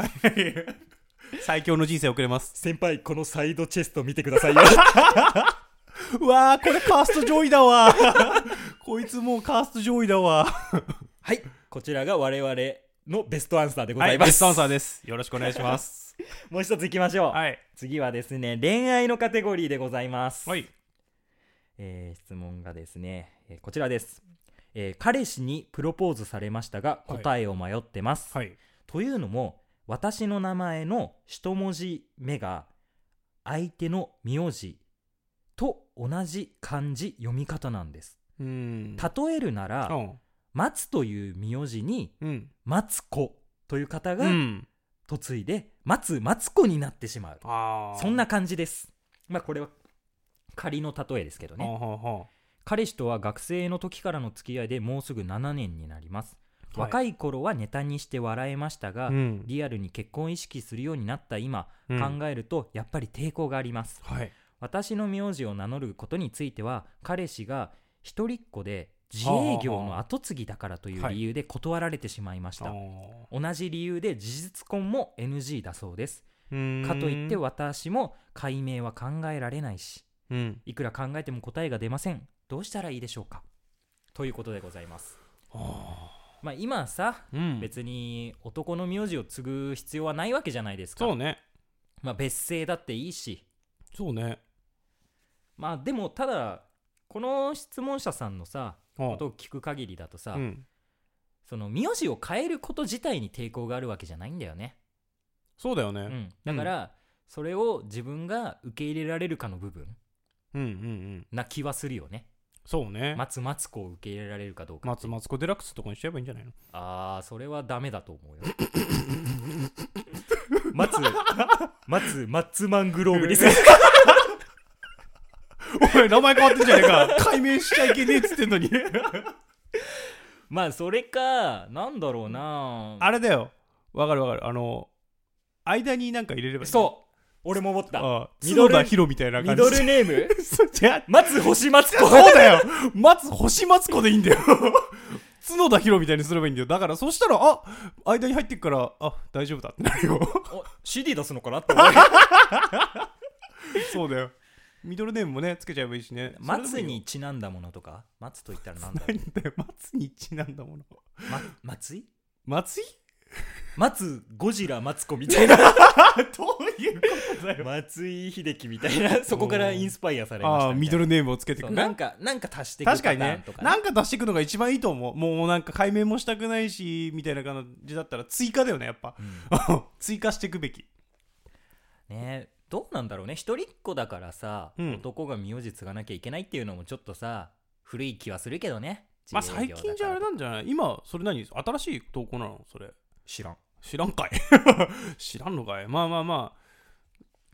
Speaker 2: 最強の人生送れます
Speaker 1: 先輩このサイドチェスト見てくださいよ
Speaker 2: うわーこれカースト上位だわこいつもうカースト上位だ わ
Speaker 1: はいこちらが我々のベストアンサーでご
Speaker 2: は
Speaker 1: ざ
Speaker 2: い
Speaker 1: いま
Speaker 2: ベス
Speaker 1: す、
Speaker 2: トアンサーですよろしくお願いします
Speaker 1: もう一ついきましょう、
Speaker 2: はい
Speaker 1: 次はですね恋愛のカテゴリーでございます、
Speaker 2: はい
Speaker 1: えー質問がですね、えーこちらです、えー彼氏にプロポーズされましたが
Speaker 2: はい
Speaker 1: 答えを迷ってます、
Speaker 2: はい
Speaker 1: というのも私の名前の一文字目が相手の名字と同じ漢字読み方なんです
Speaker 2: うん
Speaker 1: 例えるなら
Speaker 2: うん
Speaker 1: 松という名字に
Speaker 2: うん
Speaker 1: 松子という方
Speaker 2: う
Speaker 1: が
Speaker 2: ん
Speaker 1: 嫁いで松松子になってしまう
Speaker 2: あー
Speaker 1: そんな感じですまあこれは仮の例えですけどね
Speaker 2: はあはあは
Speaker 1: 彼氏とは学生の時からの付き合いでもうすぐ7年になります、
Speaker 2: あ
Speaker 1: 若い頃はネタにして笑えましたが、
Speaker 2: うん
Speaker 1: リアルに結婚を意識するようになった今、
Speaker 2: うん
Speaker 1: 考えるとやっぱり抵抗があります
Speaker 2: はい
Speaker 1: 私の名字を名乗ることについては彼氏が一人っ子で自営業の後継ぎだからという理由で断られてしまいました、同じ理由で事実婚も NG だそうですかといって
Speaker 2: は、
Speaker 1: 私も解明は考えられないし
Speaker 2: うん、
Speaker 1: いくら考えても答えが出ませんどうしたらいいでしょうかということでございますまあ今さ
Speaker 2: うん
Speaker 1: 別に男の名字を継ぐ必要はないわけじゃないですか
Speaker 2: そうね
Speaker 1: まあ別姓だっていいし
Speaker 2: そうね
Speaker 1: まあでもただこの質問者さんのさ
Speaker 2: こ
Speaker 1: ことを聞く限りだとさ、
Speaker 2: うん、
Speaker 1: その名字を変えること自体に抵抗があるわけじゃないんだよね、
Speaker 2: そうだよ
Speaker 1: う
Speaker 2: ね、
Speaker 1: ん、だから、それを自分が受け入れられるかの部分
Speaker 2: うん、うんうん
Speaker 1: な気はするよね
Speaker 2: そうね
Speaker 1: 松マツコを受け入れられるかどうか
Speaker 2: 松マツコ・デラックスとかにしちゃえばいいんじゃないの
Speaker 1: ああそれはダメだと思うよ 松松松マングローブ リス
Speaker 2: おい名前変わってんじゃねえか 解明しちゃいけねえっつってんのに
Speaker 1: まあそれかなんだろうな
Speaker 2: あれだよわかるわかるあの間になんか入れればいい
Speaker 1: そう俺も思った
Speaker 2: あ
Speaker 1: ミ
Speaker 2: ミ
Speaker 1: ド
Speaker 2: ド
Speaker 1: ル
Speaker 2: ルヒロみたいな
Speaker 1: ミ
Speaker 2: 感
Speaker 1: ド
Speaker 2: じ
Speaker 1: ル ネーム
Speaker 2: じゃ
Speaker 1: 松星マ ツコ
Speaker 2: そうだよ松星マツコでいいんだよ 角田ヒロみたいにすればいいんだよだからそしたらあ間に入ってくからあ大丈夫だってなるよ
Speaker 1: お CD 出すのかなって思う
Speaker 2: そうだよミドルネームもねつけちゃえばいいしね
Speaker 1: 松にちなんだものとか松と言ったらなんだろ
Speaker 2: 何だよ松にちなんだもの
Speaker 1: う、ま、松井
Speaker 2: 松井
Speaker 1: 松ゴジラマツコみたい な
Speaker 2: どういうことだ
Speaker 1: 松井秀喜みたいなそこからインスパイアされました
Speaker 2: ああーミド
Speaker 1: ル
Speaker 2: ルネームをつけてく
Speaker 1: なんかなんか足していく
Speaker 2: 確かに
Speaker 1: パターン
Speaker 2: ね
Speaker 1: とかね
Speaker 2: なんか出していくのが一番いいと思うもうなんか解明もしたくないしみたいな感じだったら追加だよねやっぱ 追加していくべき
Speaker 1: ねえどうなんだろうね一人っ子だからさ、
Speaker 2: うん
Speaker 1: 男が名字継がなきゃいけないっていうのもちょっとさ古い気はするけどね
Speaker 2: まあ
Speaker 1: 自営
Speaker 2: 最
Speaker 1: 業だから
Speaker 2: 近じゃあれなんじゃない今それ何新しい投稿なのそれ
Speaker 1: 知らん
Speaker 2: 知らんかい 知らんのかいまあまあまあ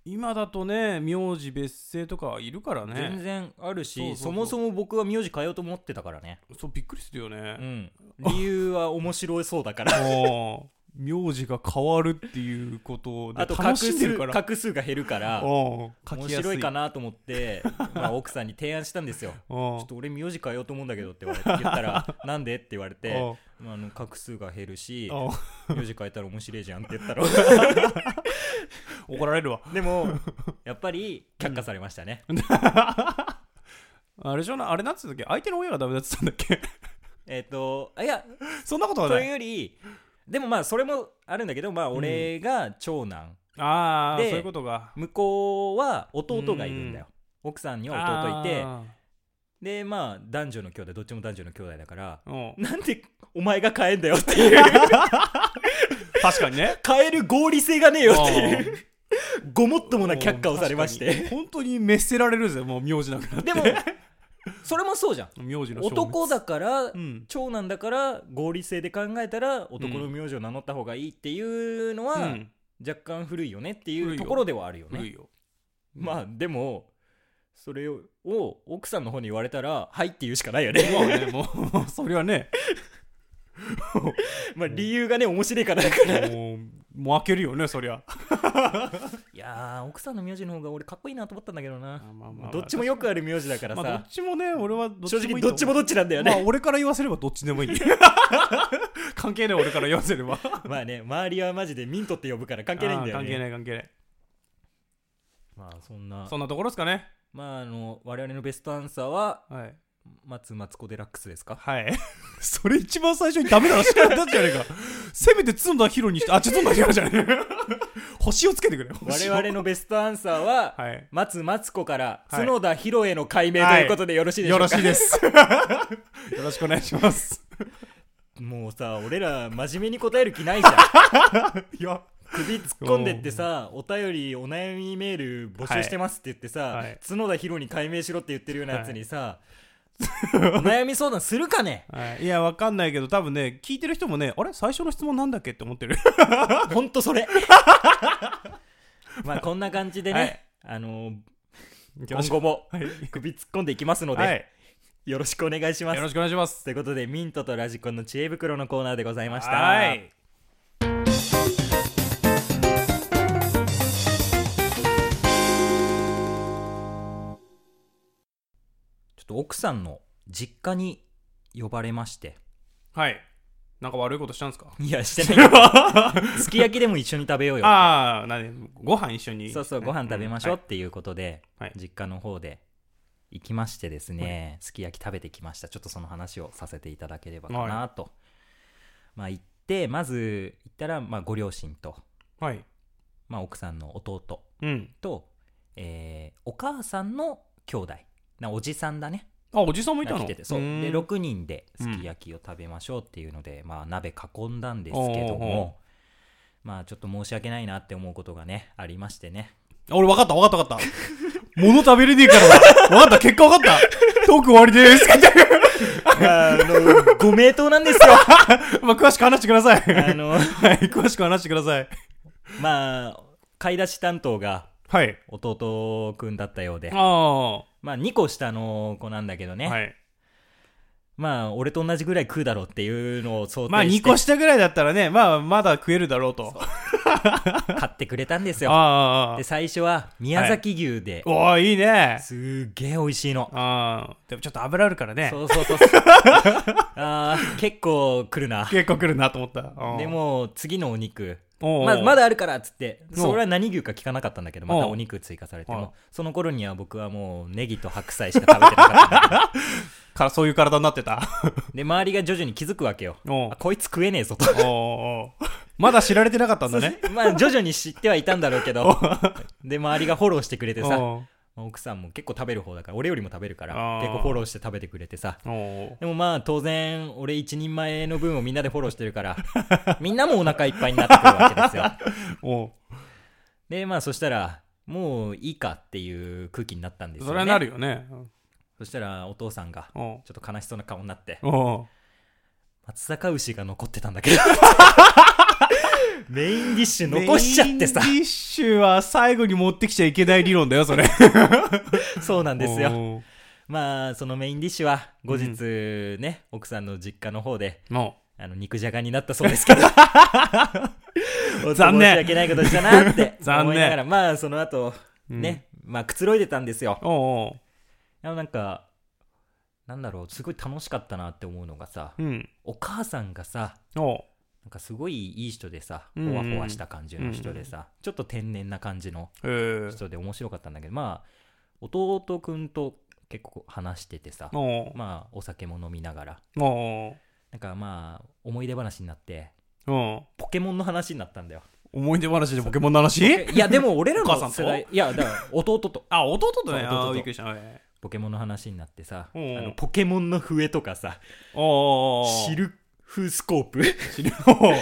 Speaker 2: 今だとね名字別姓とかいるから
Speaker 1: 全
Speaker 2: ね
Speaker 1: 然あるし
Speaker 2: そ
Speaker 1: そう
Speaker 2: そうそう
Speaker 1: もそも僕は名字変えようと思ってたからね
Speaker 2: そうびっくりするよ
Speaker 1: う
Speaker 2: ね、
Speaker 1: ん理由は面白そうだか ら
Speaker 2: もう名字が変わるっていうことで
Speaker 1: あと
Speaker 2: 楽
Speaker 1: 画
Speaker 2: し
Speaker 1: 数
Speaker 2: んでるから
Speaker 1: 画数が減るから
Speaker 2: うん書
Speaker 1: 面
Speaker 2: きやす
Speaker 1: 白いかなと思って、まあ、奥さんに提案したんですよ
Speaker 2: う
Speaker 1: ち
Speaker 2: ん
Speaker 1: ょっと俺名字変えようと思うんだけどって言われて言ったら なんでって言われて
Speaker 2: うん
Speaker 1: まああの画数が減るし
Speaker 2: うん
Speaker 1: 名字変えたら面白いじゃんって言っ たら
Speaker 2: 怒られるわ
Speaker 1: でもやっぱり却下されましたね、
Speaker 2: あれでしょなあれなんつうんだっけ相手の親がダメだって言ったんだっけ
Speaker 1: えっ、とあいや
Speaker 2: そんなことは
Speaker 1: と
Speaker 2: ないいう
Speaker 1: よりでもまあそれもあるんだけどまあ俺が長男、
Speaker 2: ああそう
Speaker 1: で
Speaker 2: いうことが
Speaker 1: 向こうは弟がいるんだよ、奥さんには弟いて
Speaker 2: あ
Speaker 1: でまあ男女の兄弟どっちも男女の兄弟だから
Speaker 2: ーうん
Speaker 1: なんでお前が変えんだよって いう
Speaker 2: 確かにね
Speaker 1: 変える合理性がねえ よっていううんごもっともな却下をされまし
Speaker 2: 確か
Speaker 1: て
Speaker 2: に本当に滅せられるぜもう名字なくなっ
Speaker 1: で
Speaker 2: て
Speaker 1: もそれもそうじゃん
Speaker 2: 名字の消滅
Speaker 1: 男だから
Speaker 2: うん
Speaker 1: 長男だから合理性で考えたら男の名字を名乗った方がいいっていうのは
Speaker 2: うん
Speaker 1: 若干古いよねって
Speaker 2: 古
Speaker 1: い
Speaker 2: いうよ
Speaker 1: ところではあるよね
Speaker 2: 古いよ
Speaker 1: まあでもそれを奥さんの方に言われたら「はい」って言うしかないよね
Speaker 2: まあねもうそれはね
Speaker 1: まあ理由がね面 白いからだからい
Speaker 2: もうもう開けるよねそりゃ
Speaker 1: やー奥さんの名字の方が俺かっこいいなと思ったんだけどな
Speaker 2: まあまあ
Speaker 1: どっちもよくある名字だから
Speaker 2: まあど
Speaker 1: さ
Speaker 2: っちもね俺はどっち
Speaker 1: 正
Speaker 2: もいいと
Speaker 1: 直
Speaker 2: 思う
Speaker 1: どっちもどっちなんだよ
Speaker 2: まあ
Speaker 1: ね
Speaker 2: 俺から言わせればどっちでもい い関係ない俺から言わせれば
Speaker 1: まあね周りはマジでミントって呼ぶから関係ないんだ
Speaker 2: あ
Speaker 1: よ
Speaker 2: ー関係
Speaker 1: ね
Speaker 2: ない関係ない
Speaker 1: まあそんな
Speaker 2: そんなところですかね
Speaker 1: まああの我々のベストアンサーは
Speaker 2: はい
Speaker 1: 松松子デラックスですか
Speaker 2: はい。 それ一番最初にダメなら叱られたんじゃねえか。せめて角田ヒロにして、あ、ちょ、角田ヒロじゃねえ。 星をつけてくれ。
Speaker 1: 我
Speaker 2: 星を
Speaker 1: 々のベストアンサー は、
Speaker 2: はい。
Speaker 1: 松松子から
Speaker 2: はい
Speaker 1: 角田博への解明ということでよろしいでしょ
Speaker 2: よ
Speaker 1: うか、
Speaker 2: ろしいです。 よろしくお願いします。
Speaker 1: もうさ俺ら真面目に答える気ないじゃん
Speaker 2: いや、
Speaker 1: 首突っ込んでってさお便りお悩みメール募集してますって言ってさ、
Speaker 2: はい
Speaker 1: 角田博に解明しろって言ってるようなやつにさ、 お悩み相談するかね
Speaker 2: はい、いや、わかんないけど、多分ね、聞いてる人もね、あれ最初の質問なんだっけって思ってる。
Speaker 1: ほんとそれまあこんな感じでね、あの
Speaker 2: よろ
Speaker 1: 今
Speaker 2: しく
Speaker 1: 後も
Speaker 2: はい
Speaker 1: 首突っ込んでいきますので、
Speaker 2: はい
Speaker 1: よろしくお願いします
Speaker 2: よろしくお願いします
Speaker 1: ということでミントとラジコンの知恵袋のコーナーでございました
Speaker 2: はい
Speaker 1: ちょっと奥さんの実家に呼ばれまして
Speaker 2: はいなんか悪いことしたんで すか
Speaker 1: いやしてないよすき焼きでも一緒に食べようよ
Speaker 2: ああなんでご飯一緒に
Speaker 1: そうそうご飯食べましょうっ
Speaker 2: ん
Speaker 1: ていうことで、
Speaker 2: はい
Speaker 1: 実家の方で行きましてですね、すき焼き食べてきましたちょっとその話をさせていただければかなと、まあ行ってまず行ったら、まあ、ご両親と、
Speaker 2: はいはい
Speaker 1: まあ、奥さんの弟
Speaker 2: うん
Speaker 1: と、えーお母さんの兄弟なおじさんだね
Speaker 2: あおじさんもいた
Speaker 1: が
Speaker 2: の
Speaker 1: 来ててそうで
Speaker 2: ーん
Speaker 1: 6人ですき焼きを食べましょうっていうので、まあ、鍋囲んだんですけど
Speaker 2: おうおうおう
Speaker 1: もまあちょっと申し訳ないなって思うことがねありましてね
Speaker 2: あ俺分かった分かった分かった。物食べれねえからだ。 分かった、結果分かった。トーク終わりです。
Speaker 1: あの、ご名答なんですよ。
Speaker 2: まあ、詳しく話してください。
Speaker 1: あの、
Speaker 2: はい、詳しく話してください。
Speaker 1: まあ、買い出し担当が
Speaker 2: はい。
Speaker 1: 弟くんだったようで
Speaker 2: あ、あ。は
Speaker 1: まあ2個下の子なんだけどね、
Speaker 2: い。
Speaker 1: まあ俺と同じぐらい食うだろうっていうのを想定して、
Speaker 2: まあ、2個下ぐらいだったらね、まあ、まだ食えるだろうと。
Speaker 1: 買ってくれたんですよ。
Speaker 2: ああ
Speaker 1: で、。最初は宮崎牛で、
Speaker 2: おおいいね。
Speaker 1: すーげえ美味しいの。
Speaker 2: ああ。でもちょっと油あるからね。
Speaker 1: そうそうそう。 あー結構来るな。
Speaker 2: 結構来るなと思った。うん
Speaker 1: で、も、次のお肉、
Speaker 2: おうおう
Speaker 1: まあまだあるからっつって
Speaker 2: うん
Speaker 1: それは何牛か聞かなかったんだけどまたお肉追加されて
Speaker 2: うん
Speaker 1: もその頃には僕はもうネギと白菜しか食べてなかったん だ
Speaker 2: からそういう体になって た。
Speaker 1: けどで周りが徐々に気づくわけよ
Speaker 2: おう
Speaker 1: あこいつ食えねえ ぞと
Speaker 2: おうおうまだ知られてなかったんだね。
Speaker 1: まあ徐々に知ってはいたんだろうけどで周りがフォローしてくれてさま
Speaker 2: おう
Speaker 1: あ奥さんも結構食べる方だから俺よりも食べるから
Speaker 2: あー
Speaker 1: 結構フォローして食べてくれてさ
Speaker 2: おう
Speaker 1: でもまあ当然俺一人前の分をみんなでフォローしてるから みんなもお腹いっぱいになってくるわけですよ
Speaker 2: おう
Speaker 1: でまあそしたらもういいかっていう空気になったんですよ、ね、
Speaker 2: それはなるよね。
Speaker 1: そしたらお父さんが
Speaker 2: おお
Speaker 1: ちょっと悲しそうな顔になって
Speaker 2: おう
Speaker 1: 松阪牛が残ってたんだけどメインディッシュ残しちゃってさ
Speaker 2: メインディッシュは最後に持ってきちゃいけない理論だよ、それ。
Speaker 1: そうなん ですよ
Speaker 2: お
Speaker 1: まあそのメインディッシュは後日ね、奥さんの実家の方で
Speaker 2: うも
Speaker 1: あの肉じゃがになったそうですけど
Speaker 2: 残念
Speaker 1: 申し訳ないことしたなって
Speaker 2: 残念
Speaker 1: 思いながらまあその後
Speaker 2: う。
Speaker 1: ね、まあくつろいでたんですよ
Speaker 2: うん。おう
Speaker 1: でもなんかなんだろうすごい楽しかったなって思うのがさ
Speaker 2: おう。うん。
Speaker 1: お母さんがさ
Speaker 2: おう。
Speaker 1: なんかすごいいい人でさ
Speaker 2: うん
Speaker 1: ほわほわした感じの人でさ、ちょっと天然な感じの
Speaker 2: えー
Speaker 1: 人で面白かったんだけどまあ弟くんと結構話しててさ
Speaker 2: おう。
Speaker 1: まあお酒も飲みながら
Speaker 2: おう。
Speaker 1: なんかまあ思い出話になって
Speaker 2: おう。
Speaker 1: ポケモンの話になったんだよ
Speaker 2: 思い出話でポケモンの話
Speaker 1: えいやでも俺ら
Speaker 2: お母さ
Speaker 1: の
Speaker 2: んと
Speaker 1: 世代いやだから弟と
Speaker 2: あ、弟とね。
Speaker 1: そう弟と
Speaker 2: あーびっくりした。はい
Speaker 1: ポケモンの話になってさあ
Speaker 2: うん
Speaker 1: のポケモンの笛とかさ
Speaker 2: おうおうおう。
Speaker 1: シルフスコープ
Speaker 2: 知る。おう
Speaker 1: もう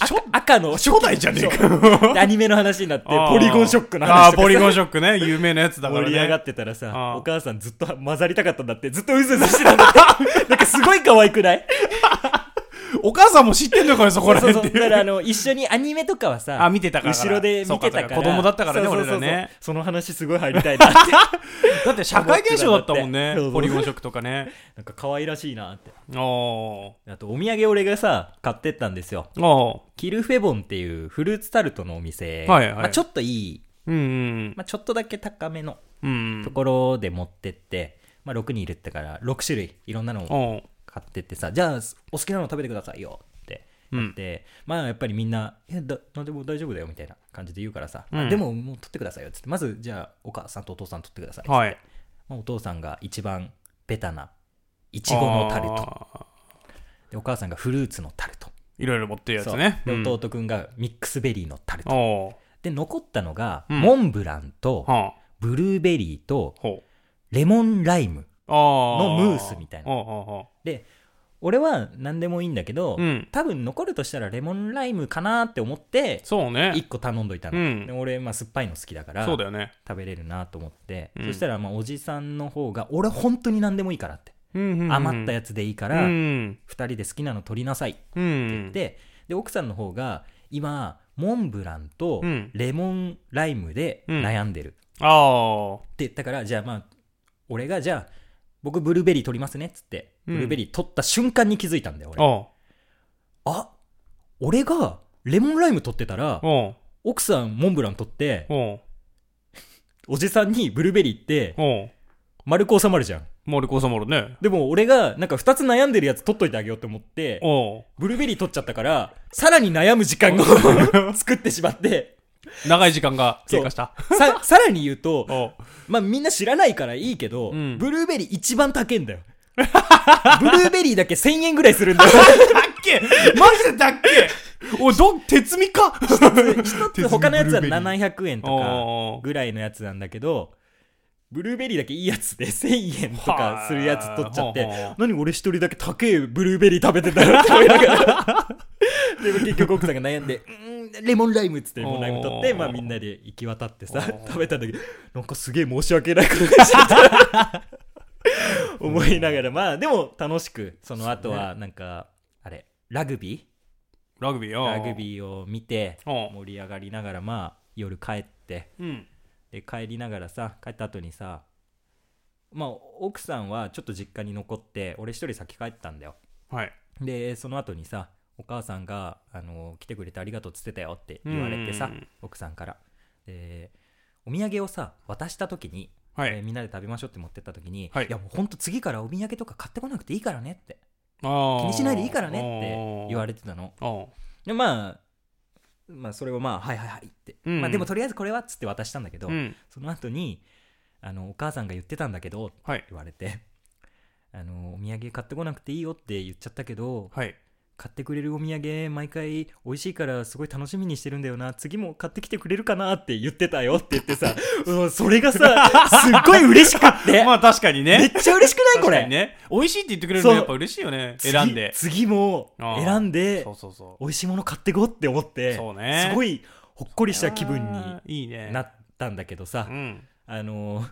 Speaker 1: 赤赤の
Speaker 2: 初代じゃねえ
Speaker 1: そう
Speaker 2: か。
Speaker 1: でアニメの話になって
Speaker 2: あー
Speaker 1: ポリゴンショックの
Speaker 2: あ
Speaker 1: 話
Speaker 2: ー
Speaker 1: とか
Speaker 2: ポリ
Speaker 1: さ
Speaker 2: ゴンショックね。有名なやつだからね。
Speaker 1: 盛り上がってたらさ、
Speaker 2: あー
Speaker 1: お母さんずっと 混ざりたかったんだって、ずっとうずうずしてたんだって。 なんかすごい可愛くない
Speaker 2: お母さんも知ってんのかよ、そこら
Speaker 1: そうそ
Speaker 2: 辺っ
Speaker 1: う。
Speaker 2: て
Speaker 1: だ
Speaker 2: いう。
Speaker 1: からあの、一緒にアニメとかはさ、
Speaker 2: あ見てたから
Speaker 1: 後ろで見てた
Speaker 2: そ
Speaker 1: か。
Speaker 2: うから子供だったからね
Speaker 1: そうそうそう
Speaker 2: 俺らね
Speaker 1: その話すごい入りたいなって。
Speaker 2: だって社会現象だったもんね
Speaker 1: そうそう。
Speaker 2: ポリゴンショックとかね。
Speaker 1: なんか可愛らしいなって。
Speaker 2: おう
Speaker 1: あと、お土産俺がさ、買ってったんですよ。
Speaker 2: お
Speaker 1: キルフェボンっていうフルーツタルトのお店。
Speaker 2: はいはい
Speaker 1: まあ、ちょっといい、
Speaker 2: う。うん
Speaker 1: まあ、ちょっとだけ高めの
Speaker 2: うん。うん
Speaker 1: と。ころで持ってって、まあ、6人いるってから、6種類、いろんなのを
Speaker 2: おう
Speaker 1: 買ってってさ、じゃあ、お好きなの食べてくださいよって
Speaker 2: うん。
Speaker 1: でまあやっぱりみんな「えだなんでも大丈夫だよ」みたいな感じで言うからさ「
Speaker 2: うん
Speaker 1: あでももう取ってくださいよ」っつってまずじゃあお母さんとお父さん取ってください、
Speaker 2: はい。
Speaker 1: まあ、お父さんが一番ベタないちごのタルト
Speaker 2: ト。
Speaker 1: でお母さんがフルーツのタルト
Speaker 2: いろいろ持ってるやつね。
Speaker 1: そうで
Speaker 2: うん
Speaker 1: 弟くんがミックスベリーのタルト、
Speaker 2: おう
Speaker 1: で残ったのが、
Speaker 2: うん
Speaker 1: モンブランと
Speaker 2: はあ。
Speaker 1: ブルーベリーと
Speaker 2: ほう。
Speaker 1: レモンライム
Speaker 2: の
Speaker 1: のムースみたいな
Speaker 2: おうお
Speaker 1: で俺は何でもいいんだけど、
Speaker 2: うおううん。
Speaker 1: 多分残るとしたらレモンライムかなって思って
Speaker 2: そうね
Speaker 1: 1。個頼んどいたの、
Speaker 2: うん
Speaker 1: で俺、まあ、酸っぱいの好きだから
Speaker 2: そうだよね。
Speaker 1: 食べれるなと思って、
Speaker 2: うん
Speaker 1: そしたらまあおじさんの方が俺本当に何でもいいからって、余ったやつでいいか、
Speaker 2: からう
Speaker 1: 二
Speaker 2: ん。
Speaker 1: 2人で好きなの取りなさいって
Speaker 2: う
Speaker 1: 言っ
Speaker 2: ん。
Speaker 1: て、で奥さんの方が今モンブランと
Speaker 2: うん
Speaker 1: レモンライムで
Speaker 2: うん
Speaker 1: 悩んでる、
Speaker 2: ああ
Speaker 1: でだからじゃあまあ俺がじゃあ僕ブルーベリー取りますねっつって、
Speaker 2: うん
Speaker 1: ブルーベリー取った瞬間に気づいたんだよ俺
Speaker 2: あ
Speaker 1: あ俺がレモンライム取ってたら
Speaker 2: あうん
Speaker 1: 奥さんモンブラン取って
Speaker 2: うん
Speaker 1: おじさんにブルーベリーって
Speaker 2: うん
Speaker 1: 丸く収まるじゃん
Speaker 2: 丸く収まるね
Speaker 1: でも俺がなんか2つ悩んでるやつ取っといてあげようと思って
Speaker 2: うん
Speaker 1: ブルーベリー取っちゃったからさらに悩む時間を 作ってしまって
Speaker 2: 長い時間が経過した
Speaker 1: ささらに言うと
Speaker 2: おう
Speaker 1: まあみんな知らないからいいけど、
Speaker 2: うん
Speaker 1: ブルーベリー一番高い んだよブルーベリーだけ1000円ぐらいするんだよ
Speaker 2: だっけマジでだっけ おいど鉄味か
Speaker 1: 一つ他のやつは700円とか
Speaker 2: おう
Speaker 1: ぐらいのやつなんだけどブルーベリーだけいいやつで1000円とかするやつ取っちゃっ
Speaker 2: はあはあは
Speaker 1: て
Speaker 2: あ
Speaker 1: 何俺一人だけ高えブルーベリー食べてたらって思いながらでも結局奥さんが悩んでうーんレモンライムっつってレモンライム取って
Speaker 2: おー
Speaker 1: まあみんなで行き渡ってさ
Speaker 2: おー
Speaker 1: 食べたんだけどなんかすげえ申し訳ないことしてた 思いながらまあでも楽しくその後はなんかあれラグビ
Speaker 2: ラグビー
Speaker 1: ー
Speaker 2: よ
Speaker 1: ラグビーを見て
Speaker 2: おう
Speaker 1: 盛り上がりながらまあ夜帰って
Speaker 2: うん
Speaker 1: で帰りながらさ帰った後にさまあ奥さんはちょっと実家に残って俺一人先帰ったんだよ
Speaker 2: はい
Speaker 1: でその後にさお母さんが、あの来てくれてありがとうっつってたよ」って言われてさ
Speaker 2: うん
Speaker 1: 奥さんからでお土産をさ渡した時に、
Speaker 2: は
Speaker 1: えー
Speaker 2: い
Speaker 1: みんなで食べましょうって持ってった時に「
Speaker 2: はい
Speaker 1: いやもうほんと次からお土産とか買ってこなくていいからね」って「
Speaker 2: 気
Speaker 1: 気にしないでいいからね」って言わ
Speaker 2: れ
Speaker 1: れてたの
Speaker 2: おう
Speaker 1: でまあまあそれをまあ「はいはいはい」って、
Speaker 2: うん
Speaker 1: まあ、でもとりあえずこれはっつって渡したんだけど、
Speaker 2: うん
Speaker 1: その後にあのお母さんが言ってたんだけどって
Speaker 2: はい
Speaker 1: 言われて あのお土産買ってこなくていいよって言っちゃったけど
Speaker 2: はい
Speaker 1: 買ってくれるお土産毎回美味しいからすごい楽しみにしてるんだよな次も買ってきてくれるかなって言ってたよって言って さ、うん、それがさすっごい嬉しくって、
Speaker 2: まあ確かに
Speaker 1: めっ
Speaker 2: ね
Speaker 1: ちゃ嬉しくないこ
Speaker 2: 確か
Speaker 1: れ、
Speaker 2: にね美味しいって言ってくれるの
Speaker 1: そう
Speaker 2: やっぱ嬉しいよね
Speaker 1: 次
Speaker 2: 選んで
Speaker 1: 次も
Speaker 2: あー
Speaker 1: 選んで
Speaker 2: そうそうそ
Speaker 1: 美味しいもの買ってこうって思って
Speaker 2: そうね
Speaker 1: すごいほっこ
Speaker 2: う
Speaker 1: りした気分
Speaker 2: あーいいね
Speaker 1: になったんだけどさ
Speaker 2: うん
Speaker 1: あのー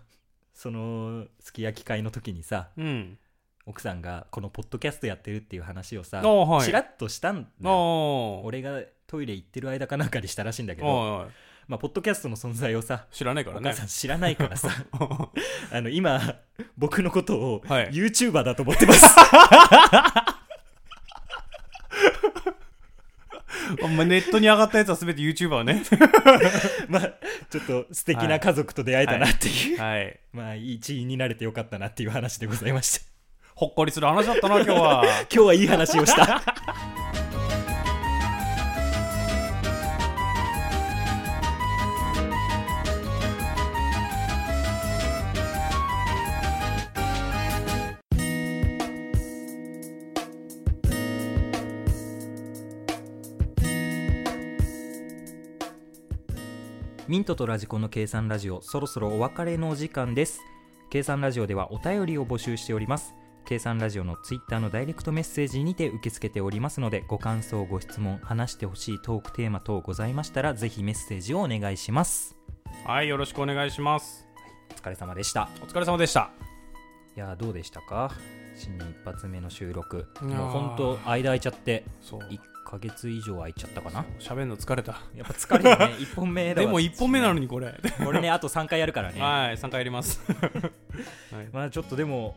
Speaker 1: そのすき焼き会の時にさ
Speaker 2: うん
Speaker 1: 奥さんがこのポッドキャストやってるっていう話をさ
Speaker 2: あーはい
Speaker 1: ちらっとしたんだよ
Speaker 2: お
Speaker 1: 俺がトイレ行ってる間かなんかにしたらしいんだけど、
Speaker 2: お
Speaker 1: まあ、ポッドキャストの存在をさ
Speaker 2: 知らないか
Speaker 1: お
Speaker 2: ら
Speaker 1: 母
Speaker 2: ね
Speaker 1: さん知らないから さあの今僕のことを
Speaker 2: はい
Speaker 1: YouTuber だと思ってます、
Speaker 2: あんまネットに上がったやつは全て YouTuber ね
Speaker 1: まあちょっと素敵な家族と出会えたなっていう、
Speaker 2: はい
Speaker 1: まあいい一員になれてよかったなっていう話でございました
Speaker 2: ほっこりする話だったな今日は
Speaker 1: 今日はいい話をしたミントとラジコンの計算ラジオそろそろお別れのお時間です計算ラジオではお便りを募集しております計算ラジオのツイッターのダイレクトメッセージにて受け付けておりますのでご感想ご質問話してほしいトークテーマ等ございましたらぜひメッセージをお願いします
Speaker 2: はいよろしくお願いします
Speaker 1: お疲れ様でした
Speaker 2: お疲れ様でした
Speaker 1: いやーどうでしたか新年一発目の収録
Speaker 2: いやー
Speaker 1: もうほんと間空いちゃって
Speaker 2: そう
Speaker 1: 1ヶ月以上空いちゃったかな
Speaker 2: 喋るの疲れた
Speaker 1: やっぱ疲れるね 1本目だわ
Speaker 2: でも1本目なの
Speaker 1: に
Speaker 2: にこれ
Speaker 1: これねあと3回やるからね
Speaker 2: はい3回やりますはい
Speaker 1: まあちょっとでも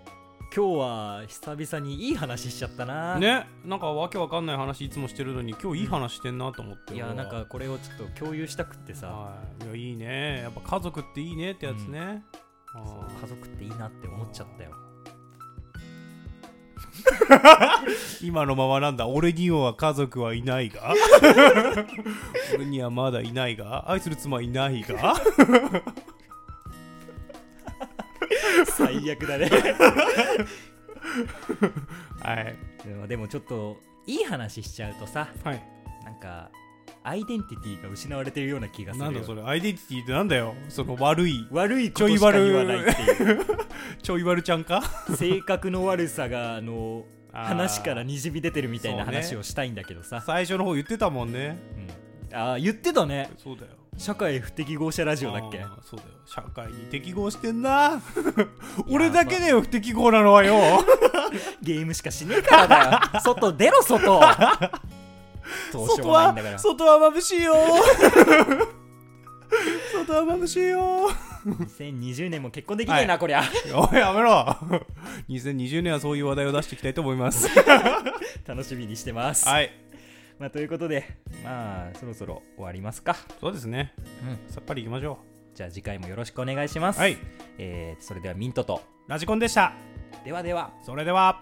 Speaker 1: 今日は久々にいい話しちゃったな、
Speaker 2: ねなんかわけわかんない話いつもしてるのに今日いい話してんなと思って、
Speaker 1: いや
Speaker 2: 俺
Speaker 1: な
Speaker 2: は
Speaker 1: んかこれをちょっと共有したくってさ
Speaker 2: はいいやいいねやっぱ家族っていいねってやつね、あ
Speaker 1: そう
Speaker 2: ー
Speaker 1: 家族っていいなって思っちゃったよ
Speaker 2: 今のままなんだ俺には家族はいない が俺にはまだいないが愛する妻いないが
Speaker 1: 最悪だね
Speaker 2: はい
Speaker 1: でもでもちょっといい話しちゃうとさ
Speaker 2: はい
Speaker 1: なんかアイデンティティが失われてるような気がする
Speaker 2: な
Speaker 1: よ
Speaker 2: んだそれアイデンティティってなんだよその悪い
Speaker 1: 悪いことしか言わないっていう
Speaker 2: ちょい悪ちゃんか
Speaker 1: 性格の悪さがあの
Speaker 2: あー
Speaker 1: 話からにじみ出てるみたいな
Speaker 2: そうね
Speaker 1: 話をしたいんだけどさ、
Speaker 2: 最初の方言ってたもんね
Speaker 1: うんあー言ってたね
Speaker 2: そうだよ
Speaker 1: 社会不適合者ラジオだっけ
Speaker 2: あーそうだよ社会に適合して んな俺だけだよ不適合なのはよ
Speaker 1: ゲームしかしねえからだ よ外出ろ外どうしよう
Speaker 2: 外
Speaker 1: もない んだか
Speaker 2: は
Speaker 1: ら
Speaker 2: 外は眩しいよ外は眩しいよ
Speaker 1: 2020年も結婚できねえな、こりゃ
Speaker 2: おいやめろ2020年はそういう話題を出していきたいと思います
Speaker 1: 楽しみにしてます、
Speaker 2: はい
Speaker 1: まあ、ということでまあそろそろ終わりますか、
Speaker 2: そうですね
Speaker 1: うん、
Speaker 2: さっぱりいきましょ
Speaker 1: じゃあ次回もよろしくお願いします、
Speaker 2: はい
Speaker 1: えーそれではミントと
Speaker 2: うラジコンでした
Speaker 1: ではでは
Speaker 2: それでは